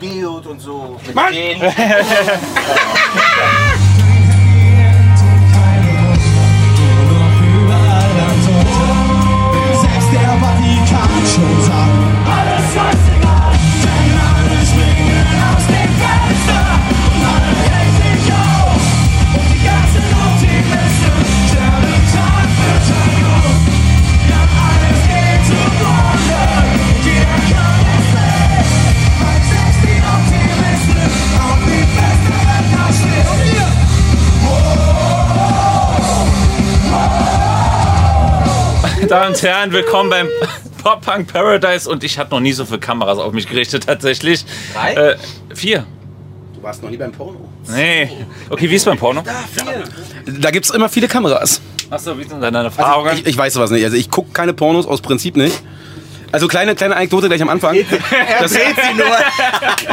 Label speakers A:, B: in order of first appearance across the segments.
A: Diode und so. Mit
B: Mann!
A: denen.
C: Selbst der Vatikan schon sagt, alles scheißegal, denn alle springen aus dem Fenster und alle hängen sich auf. Und die ganzen Optimisten sterben Tag für Tag auf. Ja, alles geht zugrunde, jeder kann es sehen, weil selbst die Optimisten auf die feste Welt stehen. Und ihr?
B: Damen und Herren, willkommen beim Pop Punk Paradise und ich habe noch nie so viele Kameras auf mich gerichtet tatsächlich.
A: Drei?
B: Äh, vier.
A: Du warst noch nie beim Porno.
B: Nee. Okay, wie ist beim Porno?
D: Da gibt es immer viele Kameras.
B: Achso, wie sind deine Erfahrungen?
D: Also Ich, ich weiß sowas nicht. Also ich gucke keine Pornos aus Prinzip nicht. Also kleine, kleine Anekdote gleich am Anfang. Das,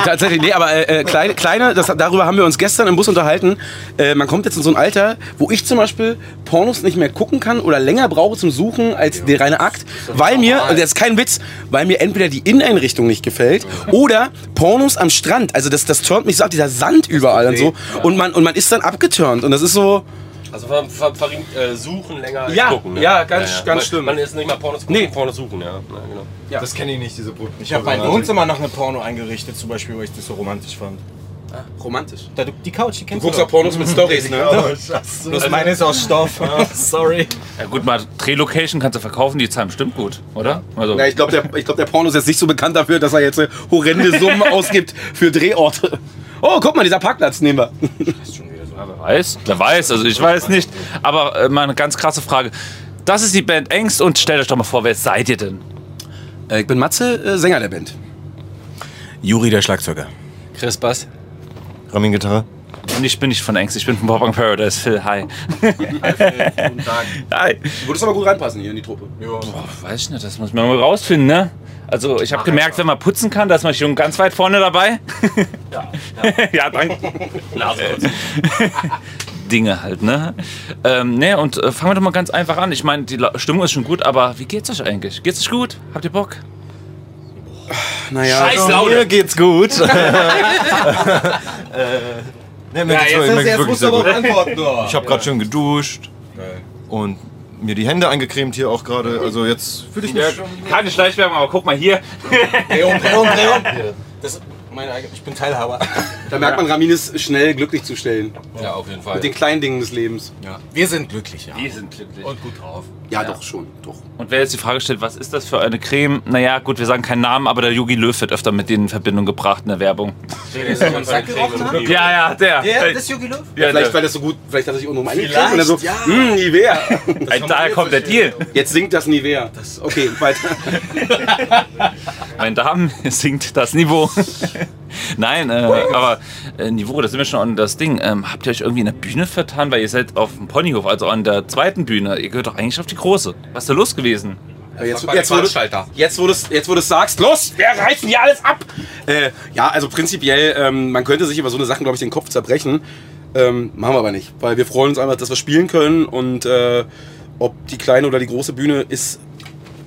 D: tatsächlich, nee, aber äh, äh, kleine, kleine das, darüber haben wir uns gestern im Bus unterhalten. Äh, man kommt jetzt in so ein Alter, wo ich zum Beispiel Pornos nicht mehr gucken kann oder länger brauche zum Suchen als der reine Akt, weil mir, und das ist kein Witz, weil mir entweder die Inneneinrichtung nicht gefällt oder Pornos am Strand. Also das, das turnt mich so ab, dieser Sand überall und so. Und man, und man ist dann abgeturnt und das ist so...
E: Also ver, ver, verringt, äh, suchen länger als
D: Ja,
E: gucken. Ne?
D: ja, ganz- ganz
E: man,
D: schlimm.
E: Man ist nicht mal Pornos gucken,
D: Nee.
E: Pornos suchen, ja. ja genau.
F: Das kenne ich nicht, diese Brücken.
G: Ich habe mein Wohnzimmer nach einem Porno eingerichtet, zum Beispiel, weil ich das so romantisch fand.
D: Romantisch.
G: Da, du- die Couch, die
D: Du
G: kennst
D: guckst
G: du.
D: auch Pornos mit Stories, ne?
G: Bloß meine ist aus Stoff. Sorry.
B: Ja, gut, mal Drehlocation kannst du verkaufen, die Zahlen stimmt gut, oder? Also,
D: Na, ich glaube, der, ich glaub, der Porno ist jetzt nicht so bekannt dafür, dass er jetzt äh, horrende Summen ausgibt für Drehorte. Oh, guck mal, dieser Parkplatz nehmen wir.
B: wer weiß? Wer weiß, also ich weiß nicht. Aber äh, mal eine ganz krasse Frage. Das ist die Band Ängst und stellt euch doch mal vor, wer seid ihr denn?
D: Äh, ich bin Matze, äh, Sänger der Band.
G: Juri, der Schlagzeuger.
D: Chris Bass.
F: Ramin Gitarre.
B: Und ich bin nicht von Ängst, ich bin von Pop Punk Paradise. Phil, hi. hi.
D: Du würdest aber gut reinpassen hier in die Truppe.
B: Boah, weiß ich nicht, das muss man mal rausfinden, ne? Also ich habe gemerkt, wenn man putzen kann, da ist man schon ganz weit vorne dabei. Ja, ja. danke. Dinge halt, ne? Ähm, ne, und äh, fangen wir doch mal ganz einfach an. Ich meine, die La Stimmung ist schon gut, aber wie geht's euch eigentlich? Geht's euch gut? Habt ihr Bock?
D: Naja,
B: Scheiß
F: Mir geht's gut. äh, nee, mir geht's, mir geht's wirklich sehr gut.
G: antworten, du.
F: Ich habe gerade schön geduscht und mir die Hände angecremt hier auch gerade. Also jetzt fühle ich mich.
B: Keine Schleichwerbung, aber guck mal hier.
G: Dreh um, dreh um, dreh um. Das ist meine eigene, ich bin Teilhaber.
D: da merkt man, Ramin ist schnell glücklich zu stellen.
E: Ja, auf jeden Fall.
D: Mit den kleinen Dingen des Lebens.
G: Ja. Wir sind glücklich, ja.
B: Die sind glücklich.
G: Und gut drauf.
D: Ja, doch, schon. Doch.
B: Und wer jetzt die Frage stellt, was ist das für eine Creme? Naja, gut, wir sagen keinen Namen, aber der Yogi Löw wird öfter mit denen in Verbindung gebracht in der Werbung. Ja, ja, der.
G: Ja, das ist Jogi Löw.
B: Ja,
D: Vielleicht,
B: der.
D: weil das so gut, vielleicht hat er sich auch noch mal eingekriegt und dann so, hm, Nivea.
B: Daher kommt der Deal.
D: Jetzt singt das Nivea. Das, okay, weiter.
B: Meine Damen, sinkt das Niveau. Nein, äh, aber äh, Niveau, da sind wir schon an das Ding. Ähm, habt ihr euch irgendwie in der Bühne vertan? Weil ihr seid auf dem Ponyhof, also an der zweiten Bühne. Ihr gehört doch eigentlich auf die große. Was ist da los gewesen?
D: Aber Jetzt, jetzt, wo du, jetzt, wo du's- jetzt, wo du es sagst, los, wir reißen hier alles ab. Äh, ja, also prinzipiell, ähm, man könnte sich über so eine Sachen, glaube ich, den Kopf zerbrechen. Ähm, machen wir aber nicht, weil wir freuen uns einfach, dass wir spielen können und äh, ob die kleine oder die große Bühne ist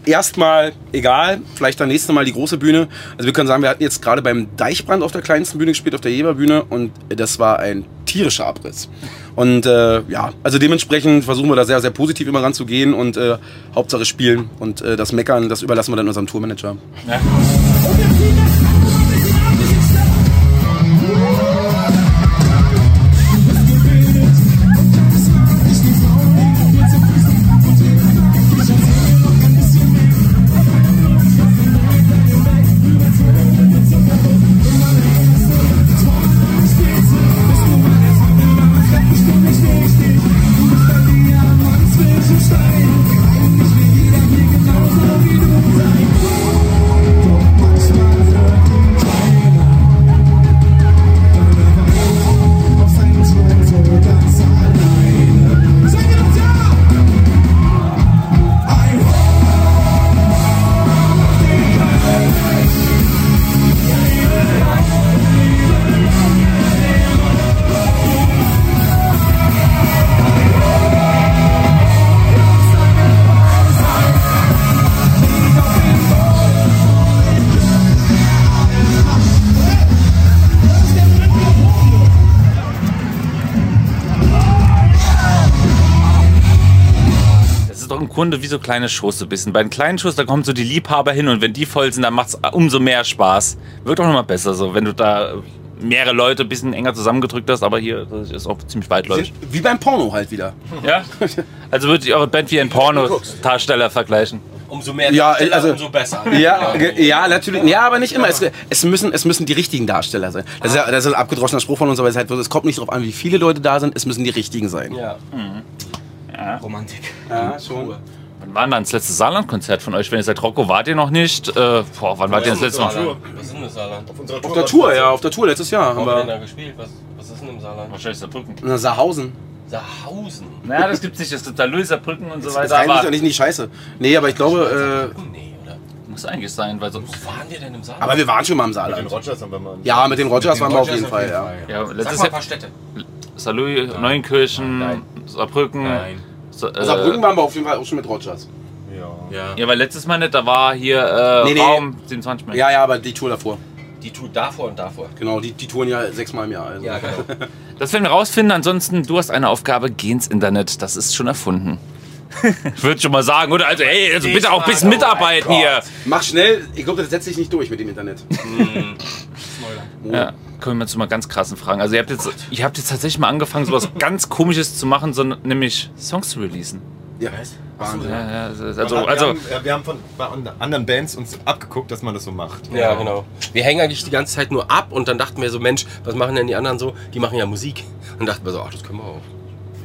D: erstmal egal. Vielleicht dann nächste Mal die große Bühne. Also wir können sagen, wir hatten jetzt gerade beim Deichbrand auf der kleinsten Bühne gespielt, auf der Jeberbühne und das war ein tierischer Abriss. Und äh, ja, also dementsprechend versuchen wir da sehr, sehr positiv immer ranzugehen und äh, Hauptsache spielen und äh, das Meckern, das überlassen wir dann unserem Tourmanager.
C: Manchmal
B: Sekunde wie so kleine Shows so ein bisschen. Bei den kleinen Shows, da kommen so die Liebhaber hin und wenn die voll sind, dann macht's äh, umso mehr Spaß. Wird auch nochmal besser so, wenn du da äh, mehrere Leute ein bisschen enger zusammengedrückt hast, aber hier das ist auch ziemlich weitläufig.
D: Wie beim Porno halt wieder.
B: Ja? Also würde ich eure Band wie ein Porno-Darsteller vergleichen.
E: Umso mehr
D: Ja,
E: Darsteller,
D: also-
E: umso besser.
D: Ja, ge- ja, natürlich. Ja, aber nicht immer. Es, es, müssen, es müssen die richtigen Darsteller sein. Das ist, ja, das ist ein abgedroschener Spruch von uns, aber es, ist halt, so, es kommt nicht darauf an, wie viele Leute da sind. Es müssen die richtigen sein.
E: Ja.
G: Romantik.
D: Ja, schon.
B: Wann war denn das letzte Saarland-Konzert von euch? Wenn ihr sagt, Rocco wart ihr noch nicht? Äh, boah, wann wart ihr das letzte Mal?
E: Saarland? Was ist denn im Saarland?
F: Auf unserer Tour.
D: Auf der Tour, ja, auf der Tour letztes Jahr haben
E: Wo haben wir
D: wir.
E: denn da gespielt? Was, was ist denn im Saarland?
B: Wahrscheinlich Saarbrücken.
D: Na, Saarhausen.
E: Saarhausen?
B: Naja, das gibt's nicht. Es gibt da Louis Saarbrücken und so
D: Das
B: weiter.
D: rein muss
B: Aber
D: doch nicht in die Scheiße. Nee, aber ich glaube, äh,
E: Nee, oder?
B: muss eigentlich sein, weil so.
E: Wo waren wir denn im Saarland?
D: aber wir waren schon mal im
F: Mit den
D: Saarland.
F: Rogers haben wir mal.
D: Ja, mit den Rogers waren wir auf jeden Fall, ja.
G: Fall,
B: Ja,
E: Sag
B: letztes
E: mal ein paar
B: Jahr
E: Städte.
B: Saarlouis, Neunkirchen,
E: Nein.
B: Saarbrücken.
E: Nein.
B: Sa äh,
D: Saarbrücken waren wir auf jeden Fall auch schon mit Rogers.
F: Ja.
E: Ja.
B: Ja, weil letztes Mal nicht, da war hier äh,
D: Nee, nee.
B: Raum 27 Mal.
D: Ja, ja, aber die Tour davor.
E: Die tut davor und davor.
D: Genau, die, die touren ja sechsmal im Jahr. Also.
E: Ja, genau.
B: Das werden wir rausfinden. Ansonsten, du hast eine Aufgabe, geh ins Internet. Das ist schon erfunden. Würde schon mal sagen, oder? Also, ey, also bitte auch ein bisschen mitarbeiten hier.
D: Mach schnell, ich glaube, das setzt sich nicht durch mit dem Internet.
B: Ja, kommen wir zu mal ganz krassen Fragen. Also ihr habt jetzt, ihr habt jetzt tatsächlich mal angefangen, sowas ganz Komisches zu machen, sondern nämlich Songs zu releasen.
D: Ja, Wahnsinn.
B: Ja, ja, also,
F: Also,
B: also,
F: wir, also,
B: also
F: haben, wir haben von bei an- anderen Bands uns abgeguckt, dass man das so macht.
E: Ja, genau. Wir hängen eigentlich die ganze Zeit nur ab und dann dachten wir so, Mensch, was machen denn die anderen so? Die machen ja Musik. Und dachten wir so, ach, das können wir auch.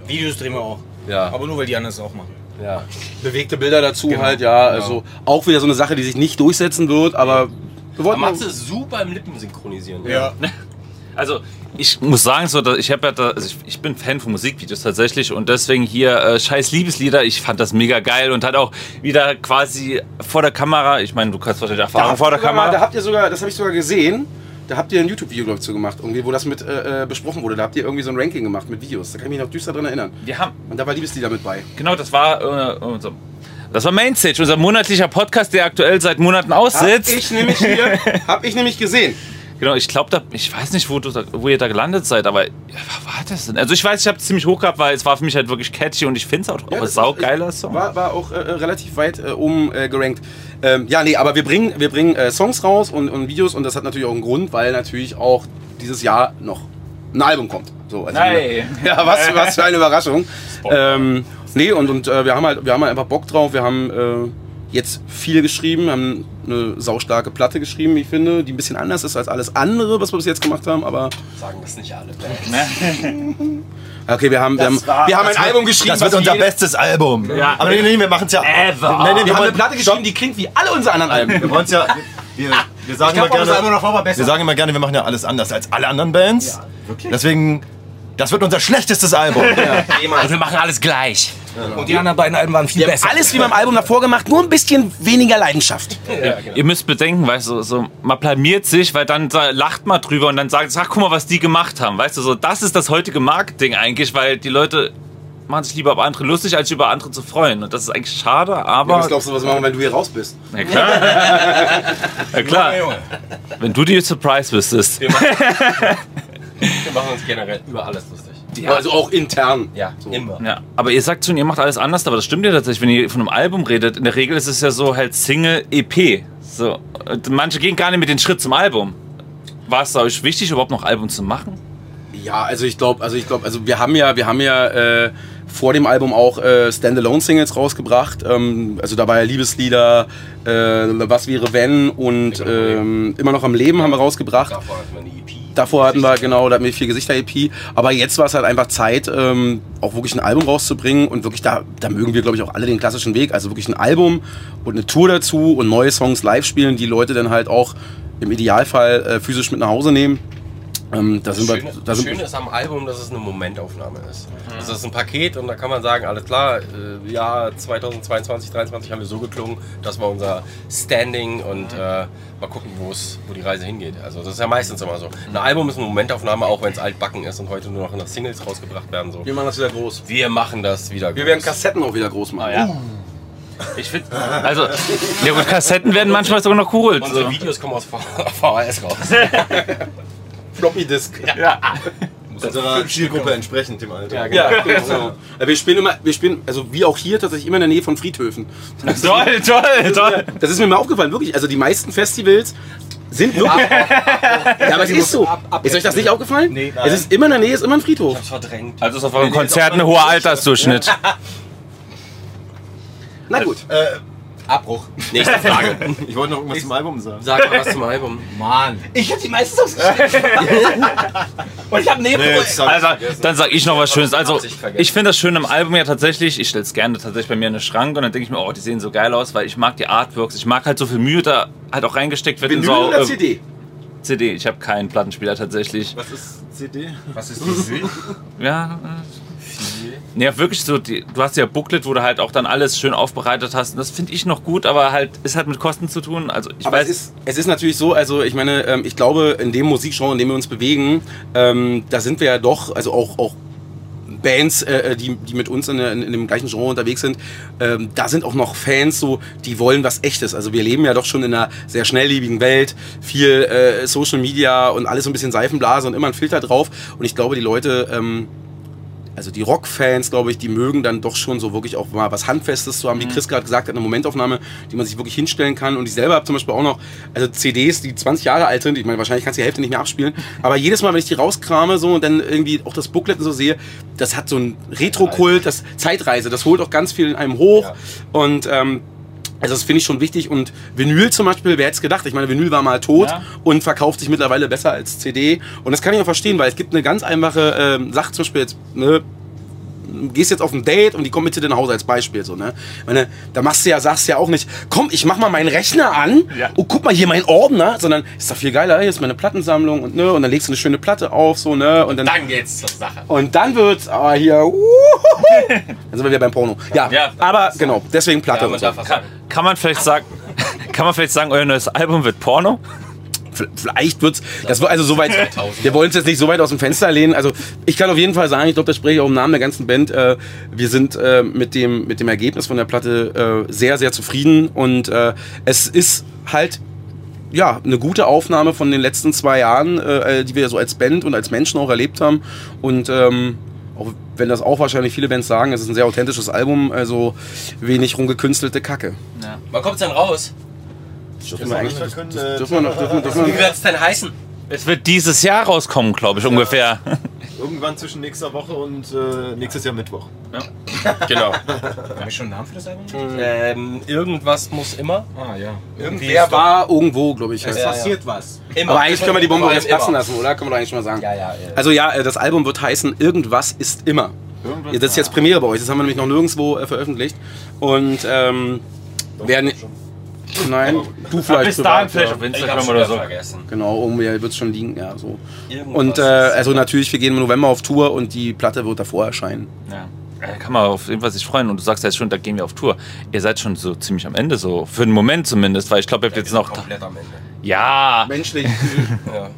G: Videos drehen wir auch.
E: Ja.
G: Aber nur, weil die anderen es auch machen.
E: Ja.
D: Bewegte Bilder dazu halt, ja. Also auch wieder so eine Sache, die sich nicht durchsetzen wird, aber wir
E: Aber
D: wollten
E: Matze ist super im Lippen synchronisieren.
B: Also ich muss sagen, so, dass ich, hab ja da, also ich, ich bin Fan von Musikvideos tatsächlich und deswegen hier äh, scheiß Liebeslieder, ich fand das mega geil und hat auch wieder quasi vor der Kamera, ich meine, du kannst wahrscheinlich Erfahrung vor der
D: sogar mal- Da
B: Kamera.
D: habt ihr sogar, das habe ich sogar gesehen, da habt ihr ein YouTube-Video, glaube ich, zu gemacht, irgendwie, wo das mit äh, äh, besprochen wurde. Da habt ihr irgendwie so ein Ranking gemacht mit Videos. Da kann ich mich noch düster dran erinnern.
B: Wir haben,
D: Und da war Liebeslieder mit bei.
B: genau, das war äh, unser, das war Mainstage, unser monatlicher Podcast, der aktuell seit Monaten aussitzt.
D: ich nämlich hier, hab ich nämlich gesehen.
B: Genau, ich glaube, da, ich weiß nicht, wo, du, da- wo ihr da gelandet seid, aber ja, was war das denn? Also ich weiß, ich habe es ziemlich hoch gehabt, weil es war für mich halt wirklich catchy und ich finde es auch, auch ein
D: das-
B: saugeiler Song.
D: War, war auch äh, äh, relativ weit äh, oben äh, gerankt. Ähm, ja, nee, aber wir bringen, wir bringen äh, Songs raus und, und Videos und das hat natürlich auch einen Grund, weil natürlich auch dieses Jahr noch ein Album kommt. So, also Ja, was, was für eine Überraschung. Ähm, nee, und, und äh, wir haben halt wir haben halt einfach Bock drauf. Wir haben äh, jetzt viel geschrieben, haben eine saustarke Platte geschrieben, wie ich finde, die ein bisschen anders ist als alles andere, was wir bis jetzt gemacht haben. Aber
E: Sagen das nicht alle.
D: okay, wir haben, wir haben, wir haben ein Album geschrieben.
F: Ne? Das wird
D: was
F: unser
D: jedes-
F: bestes Album. Aber nee, nee, wir machen es ja. Nein, nee,
D: Wir haben eine
F: wollen-
D: Platte geschrieben, die klingt wie alle unsere anderen Alben.
F: Wir wollen es ja. Wir, wir sagen immer gerne.
G: noch vorbei
F: Wir sagen immer gerne, wir machen ja alles anders als alle anderen Bands.
G: wirklich?
F: Deswegen, das wird unser schlechtestes Album.
B: Und wir machen alles gleich.
D: Genau.
G: Und die anderen beiden Alben waren viel
D: Wir haben
G: besser.
D: alles wie beim Album davor gemacht, nur ein bisschen weniger Leidenschaft.
B: Ihr müsst bedenken, weißt du, so, man blamiert sich, weil dann sa- lacht man drüber und dann sagt, ach guck mal, was die gemacht haben. Weißt du, so, das ist das heutige Marketing eigentlich, weil die Leute machen sich lieber über andere lustig, als über andere zu freuen. Und das ist eigentlich schade, aber...
D: Was glaubst du, was wir machen, wenn du hier raus bist?
B: Na klar. Na klar. Wenn du die Surprise wüsstest.
E: Wir machen uns generell über alles lustig.
D: Also auch intern.
E: Ja, immer.
B: Ja, aber ihr sagt schon, ihr macht alles anders, aber das stimmt ja tatsächlich, wenn ihr von einem Album redet. In der Regel ist es ja so halt Single, EP. So, und manche gehen gar nicht mit den Schritt zum Album. War es euch wichtig, überhaupt noch Album zu machen?
D: Ja, also ich glaube, also ich glaube, also wir haben ja, wir haben ja äh, vor dem Album auch äh, Standalone-Singles rausgebracht. Ähm, also da war ja Liebeslieder, äh, Was wäre wenn und ähm, immer noch am Leben haben wir rausgebracht.
E: Davor hatten wir eine EP.
D: Davor hatten wir, genau, da hatten wir vier Gesichter-EP. Aber jetzt war es halt einfach Zeit, ähm, auch wirklich ein Album rauszubringen. Und wirklich, da, da mögen wir, glaube ich, auch alle den klassischen Weg. Also wirklich ein Album und eine Tour dazu und neue Songs live spielen, die Leute dann halt auch im Idealfall äh, physisch mit nach Hause nehmen. Ähm, da
E: Das
D: sind wir, Mhm.
E: Schöne,
D: da
E: das
D: sind,
E: Schöne ist am Album, dass es eine Momentaufnahme ist. Also es ist ein Paket und da kann man sagen, alles klar, äh, Jahr 2022, 2023 haben wir so geklungen, das war unser Standing und
D: Mhm.
E: äh, mal gucken, wo es, wo die Reise hingeht. Also das ist ja meistens immer so. Ein Album ist eine Momentaufnahme, auch wenn es altbacken ist und heute nur noch in das Singles rausgebracht werden. So.
D: wir machen das wieder groß.
E: Wir machen das wieder.
D: Wir werden Kassetten auch wieder groß
E: Ah,
D: machen.
B: Ich finde. Also, ja gut, Kassetten werden manchmal sogar noch cool.
E: Unsere Videos kommen aus V- VHS raus.
D: Floppy Disk.
B: Ja.
F: Unserer Zielgruppe entsprechend, dem Alter.
B: Ja,
E: genau.
D: So. Wir spielen immer, wir spielen, also wie auch hier tatsächlich immer in der Nähe von Friedhöfen.
B: Toll, toll, toll.
D: Das ist mir mal aufgefallen, wirklich. Also die meisten Festivals sind nur. ja, aber es ist so.
G: Ab- ab-
D: ist euch das nicht aufgefallen?
G: Nee, nein.
D: es ist immer in der Nähe, ist immer ein Friedhof.
G: verdrängt.
B: Also ist auf eurem Konzert ein hoher Altersdurchschnitt.
D: Na gut.
G: Abbruch.
E: Nächste Frage.
F: Ich wollte noch irgendwas zum Album sagen.
E: Sag mal was zum Album.
G: Mann.
A: Ich hab die meisten Songs geschrieben. Und ich hab neben.
F: Nee, jetzt hab ich
B: Also,
F: vergessen.
B: dann sag ich noch was Schönes. Also,
E: Absicht vergessen.
B: ich finde das Schöne am Album ja tatsächlich, ich stelle es gerne tatsächlich bei mir in den Schrank und dann denke ich mir, oh, die sehen so geil aus, weil ich mag die Artworks. Ich mag halt so viel Mühe da halt auch reingesteckt wird in
D: Vinyl
B: so
D: oder
F: ähm,
B: äh,
D: CD?
B: CD. Ich habe keinen Plattenspieler tatsächlich.
F: Was ist CD?
E: Was ist die
B: Ja. äh, Ja, wirklich so, die, du hast ja Booklet, wo du halt auch dann alles schön aufbereitet hast. Und das finde ich noch gut, aber halt ist halt mit Kosten zu tun. Also ich
D: Aber es
B: weiß,
D: ist, es ist natürlich so, also ich meine, ähm, ich glaube, in dem Musikgenre, in dem wir uns bewegen, ähm, da sind wir ja doch, also auch, auch Bands, äh, äh, die, die mit uns in, der- in, in dem gleichen Genre unterwegs sind, ähm, da sind auch noch Fans so, die wollen was Echtes. Also wir leben ja doch schon in einer sehr schnelllebigen Welt, viel äh, Social Media und alles so ein bisschen Seifenblase und immer ein Filter drauf. Und ich glaube, die Leute, ähm, also die Rockfans, glaube ich, die mögen dann doch schon so wirklich auch mal was Handfestes zu haben, wie Chris gerade gesagt hat, eine Momentaufnahme, die man sich wirklich hinstellen kann. Und ich selber habe zum Beispiel auch noch, also CDs, die 20 Jahre alt sind, ich meine, wahrscheinlich kannst du die Hälfte nicht mehr abspielen, aber jedes Mal, wenn ich die rauskrame so und dann irgendwie auch das Booklet und so sehe, das hat so einen Retro-Kult, das Zeitreise, das holt auch ganz viel in einem hoch. Und ähm, also das finde ich schon wichtig und Vinyl zum Beispiel, wer hätte es gedacht? Ich meine, Vinyl war mal tot
B: Ja.
D: und verkauft sich mittlerweile besser als CD. Und das kann ich auch verstehen, weil es gibt eine ganz einfache ähm, Sache, zum Beispiel jetzt, ne, gehst jetzt auf ein Date und die kommt mit dir nach Hause als Beispiel. So, ne? Ich meine, da machst du ja, sagst du ja auch nicht, komm, ich mach mal meinen Rechner an
B: Ja.
D: und guck mal hier meinen Ordner, sondern ist doch viel geiler, hier ist meine Plattensammlung und ne, und dann legst du eine schöne Platte auf, so, ne? Und dann,
E: Dann geht's zur Sache.
D: und dann wird's aber hier. Uh, dann sind wir wieder beim Porno. Ja,
B: Ja.
D: aber genau, deswegen Platte
E: Ja,
D: und
E: man
D: so.
E: darf was sagen.
B: kann man vielleicht sagen, kann man vielleicht sagen, euer neues Album wird Porno?
D: Vielleicht wird's. Das war also soweit. Wir wollen uns jetzt nicht so weit aus dem Fenster lehnen. Also ich kann auf jeden Fall sagen, ich glaube, das spreche ich auch im Namen der ganzen Band. Äh, wir sind äh, mit dem mit dem Ergebnis von der Platte äh, sehr sehr zufrieden und äh, es ist halt ja, eine gute Aufnahme von den letzten zwei Jahren, äh, die wir so als Band und als Menschen auch erlebt haben. Und ähm, auch wenn das auch wahrscheinlich viele Bands sagen, es ist ein sehr authentisches Album, also wenig rumgekünstelte Kacke.
E: Wann kommt's denn raus?
D: Dürfen wir eigentlich das,
F: verkünden,
D: das,
F: äh,
D: dürfen wir noch, dürfen, wir- dürfen
E: Wie
D: wir
E: wird's denn heißen?
B: Es wird dieses Jahr rauskommen, glaube ich, ungefähr.
F: Irgendwann zwischen nächster Woche und äh, nächstes Jahr Mittwoch.
E: Genau.
G: Haben wir schon einen Namen für das Album?
E: ähm, irgendwas muss immer.
G: Ah, ja.
D: Wer war irgendwo, glaube ich. heißt das.
G: Passiert was.
E: immer.
D: Aber eigentlich können wir die Bombe
E: Vor
D: auch
E: allem
D: jetzt platzen
E: immer.
D: lassen, oder? Können wir doch eigentlich schon mal sagen.
G: Ja, ja, ja.
D: Also ja, äh, das Album wird heißen Irgendwas ist immer.
F: Irgendwas-
D: das ist jetzt Premiere bei euch, das haben wir nämlich noch nirgendwo äh, veröffentlicht. Und ähm, werden. Nein, du vielleicht.
B: Bis dahin
D: privat,
B: vielleicht
D: ja.
B: auf
E: Ich hab's
B: Instagram
E: schon
B: oder
E: wieder
B: so.
E: vergessen.
D: Genau, irgendwie wird es schon liegen, ja so.
E: Irgendwas
D: Und äh,
E: ist-
D: also natürlich, wir gehen im November auf Tour und die Platte wird davor erscheinen.
B: Ja. Äh, Kann man auf jeden Fall sich freuen. Und du sagst ja jetzt schon, da gehen wir auf Tour. Ihr seid schon so ziemlich am Ende, so für den Moment zumindest, weil ich glaube, ihr habt jetzt noch.
E: komplett am Ende.
B: Ja,
D: Menschlich.
E: Ja.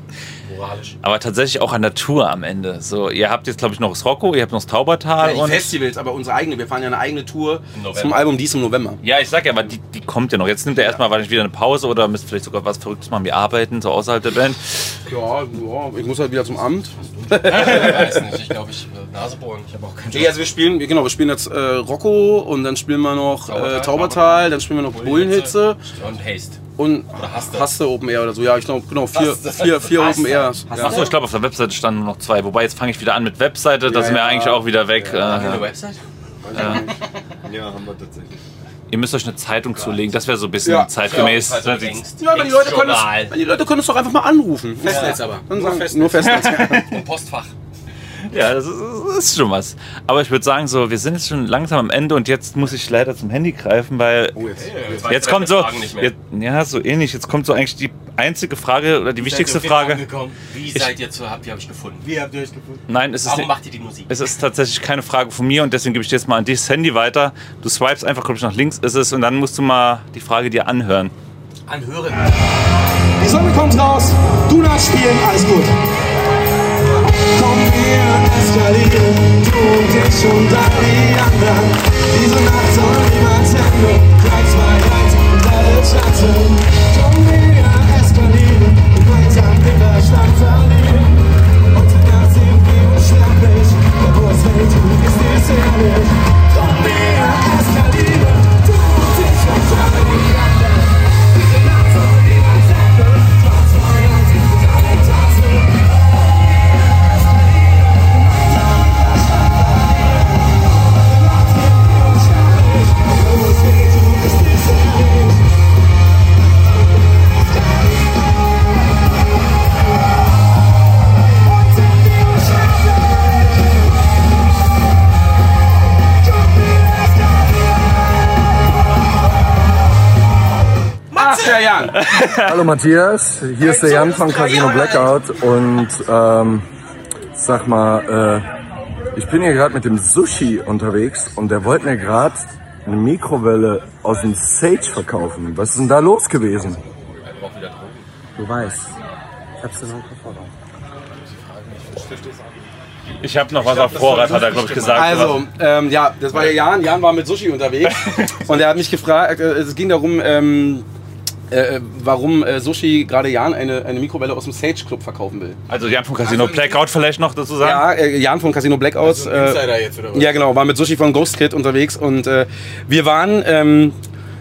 E: Moralisch.
B: aber tatsächlich auch an der Tour am Ende. So, ihr habt jetzt, glaube ich, noch das Rocco, ihr habt noch das Taubertal
D: die
B: und.
D: Festivals, aber unsere eigene. Wir fahren ja eine eigene Tour
E: November.
D: zum Album, die ist im November.
B: Ja, ich sag ja, aber die, die kommt ja noch. Jetzt nimmt er erstmal wahrscheinlich wieder eine Pause oder müsst vielleicht sogar was Verrücktes machen. Wir arbeiten so außerhalb der Band.
D: Ja, ja, ich muss halt wieder zum Amt.
E: Ich weiß nicht, ich glaube, ich äh, Nase bohren. Ich habe auch keinen
D: Nee, also wir spielen, wir- genau, wir spielen jetzt äh, Rocco und dann spielen wir noch äh,
E: Taubertal,
D: Taubertal, dann spielen wir noch Bullenhitze
E: Und Haste.
D: und
E: Haste.
D: Haste Open Air oder so. Ja, ich glaube, genau, vier, vier, vier Open Airs. Ja.
B: Achso, ich glaube, auf der Webseite standen nur noch zwei. Wobei, jetzt fange ich wieder an mit Webseite. Da sind wir
D: ja.
B: eigentlich auch wieder weg. Äh,
E: Eine Website?
F: Ja, haben wir tatsächlich.
B: Ihr müsst euch eine Zeitung zulegen. Das wäre so ein bisschen
D: Ja.
B: zeitgemäß.
E: Ja, also
B: Ja,
E: Angst.
D: Ja, aber die Leute, können es,
E: Journal.
D: die Leute können es doch einfach mal anrufen.
G: Festnetz aber.
D: Dann sagen, nur Festnetz.
E: Im Postfach.
B: das ist, das ist schon was. Aber ich würde sagen, so, wir sind jetzt schon langsam am Ende und jetzt muss ich leider zum Handy greifen, weil jetzt kommt so,
E: Fragen nicht mehr.
B: jetzt, ja, so ähnlich. Jetzt kommt so eigentlich die einzige Frage oder die wichtigste
G: Seid ihr auf den
B: Frage.
G: Namen gekommen?
E: Wie seid ihr zu, habt ihr euch gefunden?
G: Wie habt ihr euch gefunden?
B: Nein, es ist,
E: Warum
B: nicht-
E: macht ihr die Musik?
B: es ist tatsächlich keine Frage von mir und deswegen gebe ich dir jetzt mal an dieses Handy weiter. Du swipes einfach, glaube ich, nach links ist es und dann musst du mal die Frage dir anhören.
E: Anhören.
C: Die Sonne kommt raus, du darfst spielen, alles gut. Komm, wir eskalieren, du und ich und all die anderen. Diese Nacht soll niemals enden. 3, 2, 1 und alle Chancen. Komm, wir eskalieren, gemeinsam den Verstand verlieren. Und die Nacht sehen wir
D: Jan.
H: Hallo Matthias, hier ist der Jan von Casino Blackout und ähm, sag mal, äh, ich bin hier gerade mit dem Sushi unterwegs und der wollte mir gerade eine Mikrowelle aus dem Sage verkaufen. Was ist denn da los gewesen? Du weißt, ich hab's dir noch gefordert.
B: Ich habe noch was auf Vorrat, hat er, glaube ich, gesagt.
D: Also, ähm, ja, das war der Jan. Jan war mit Sushi unterwegs und er hat mich gefragt, äh, es ging darum, ähm, äh, äh, warum äh, Sushi gerade Jan eine, eine Mikrowelle aus dem Sage Club verkaufen will.
B: also Jan vom Casino Blackout vielleicht noch dazu sagen.
D: Ja, äh, Jan von Casino Blackout.
G: ein Insider
D: äh,
G: jetzt, oder was?
D: ja, genau, war mit Sushi von Ghost Kid unterwegs und äh, wir waren. Ähm,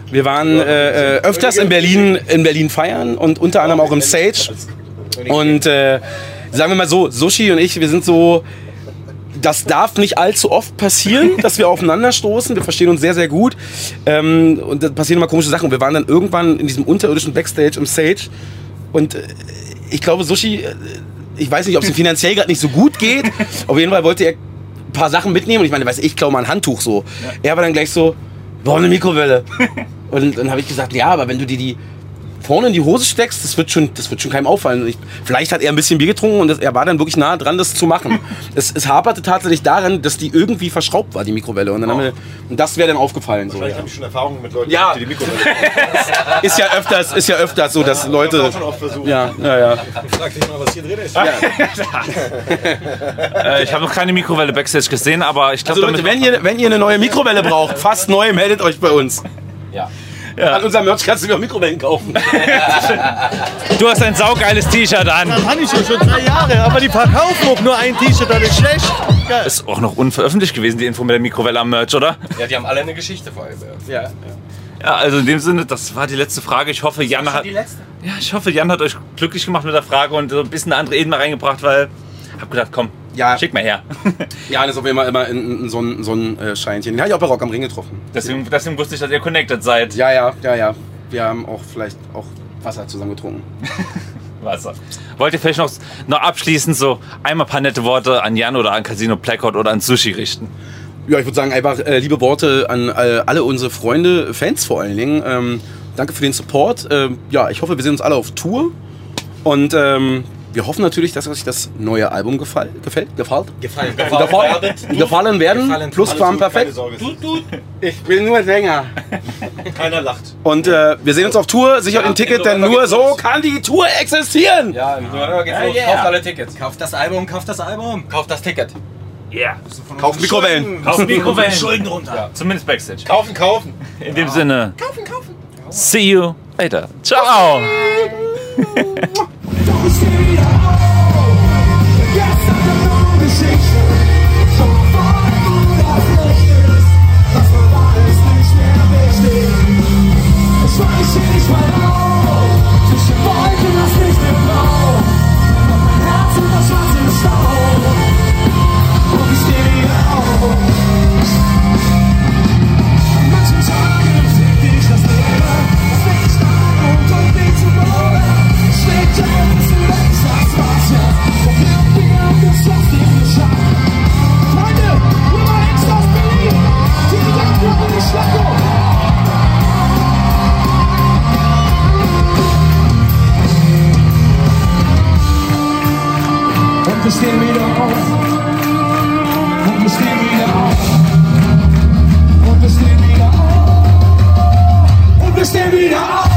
D: wir waren äh, äh, öfters in Berlin, in Berlin feiern und unter anderem auch im Sage. Und äh, sagen wir mal so, Sushi und ich, wir sind so, das darf nicht allzu oft passieren, dass wir aufeinander stoßen. Wir verstehen uns sehr, sehr gut. Ähm, und da passieren immer komische Sachen. Wir waren dann irgendwann in diesem unterirdischen Backstage im Sage. Und äh, ich glaube, Sushi, äh, ich weiß nicht, ob es ihm finanziell gerade nicht so gut geht. Auf jeden Fall wollte er ein paar Sachen mitnehmen. Und ich meine, weiß ich, glaube mal ein Handtuch so. Er war dann gleich so, warum eine Mikrowelle? Und dann habe ich gesagt, ja, aber wenn du dir die vorne in die Hose steckst, das wird schon, das wird schon keinem auffallen. Ich, vielleicht hat er ein bisschen Bier getrunken und das, er war dann wirklich nah dran, das zu machen. es, es haperte tatsächlich daran, dass die irgendwie verschraubt war, die Mikrowelle. Und, dann haben wir, und das wäre dann aufgefallen. So,
F: Vielleicht
D: ja.
F: habe ich schon Erfahrungen mit Leuten,
D: Ja.
F: die die Mikrowelle
D: Ist ja öfters, ist ja öfters so, dass
F: Ich
D: Leute.
F: hab auch schon oft versucht.
D: Ja, ja, ja.
F: Frag dich mal, was hier drin ist.
B: Äh, ich habe noch keine Mikrowelle Backstage gesehen, aber ich glaube,
D: Also Leute, wenn ihr, wenn ihr eine neue Mikrowelle braucht, fast neu, meldet euch bei uns. Ja. An unserem Merch kannst du mir auch Mikrowellen kaufen.
B: du hast ein saugeiles T-Shirt an.
A: Kann ich schon, schon drei Jahre, aber die verkaufen auch nur ein T-Shirt, das ist schlecht. Geil.
B: Ist auch noch unveröffentlicht gewesen, die Info mit der Mikrowelle am Merch, oder?
E: Ja, die haben alle eine Geschichte vorher.
D: Ja.
B: Ja, also in dem Sinne, das war die letzte Frage. Ich hoffe, Jan hat, ja, ich hoffe, Jan hat euch glücklich gemacht mit der Frage und so ein bisschen eine andere Ebene reingebracht, weil ich habe gedacht, komm,
D: Ja.
B: schick mal her.
D: Ja, das ist auf jeden Fall immer in, in so ein, so ein äh, Scheinchen. Den habe ich auch bei Rock am Ring getroffen.
B: Deswegen, deswegen wusste ich, dass ihr connected seid.
D: Ja, ja, ja, ja. Wir haben auch vielleicht auch Wasser zusammen getrunken.
B: Wasser. Wollt ihr vielleicht noch, noch abschließend so einmal ein paar nette Worte an Jan oder an Casino Blackout oder an Sushi richten?
D: Ja, ich würde sagen, einfach äh, liebe Worte an äh, alle unsere Freunde, Fans vor allen Dingen. Ähm, danke für den Support. Ähm, ja, ich hoffe, wir sehen uns alle auf Tour. Und ähm, wir hoffen natürlich, dass euch das neue Album gefall, gefällt, gefällt,
G: Gefallen.
D: gefallen, gefallen werden.
G: Gefallen.
D: plus Quam
F: Keine
D: perfekt.
F: Sorge.
D: Ich bin nur Sänger.
F: Keiner lacht.
D: Und äh, wir sehen uns auf Tour. Sichert ein Ticket, denn nur so kann die Tour existieren.
E: Ja, im November geht's los.
G: yeah.
E: Kauft alle Tickets.
G: Kauf das Album, kauf das Album.
E: Kauft das Ticket.
D: Kauft Mikrowellen.
B: Auf Mikrowellen. Schulden runter. Zumindest Backstage.
F: Kaufen, kaufen.
B: In dem Sinne. Kaufen, kaufen. See you later. Ciao.
C: Und wir stehen wieder auf. Und wir stehen wieder auf. Und wir stehen wieder auf. Und wir stehen wieder auf.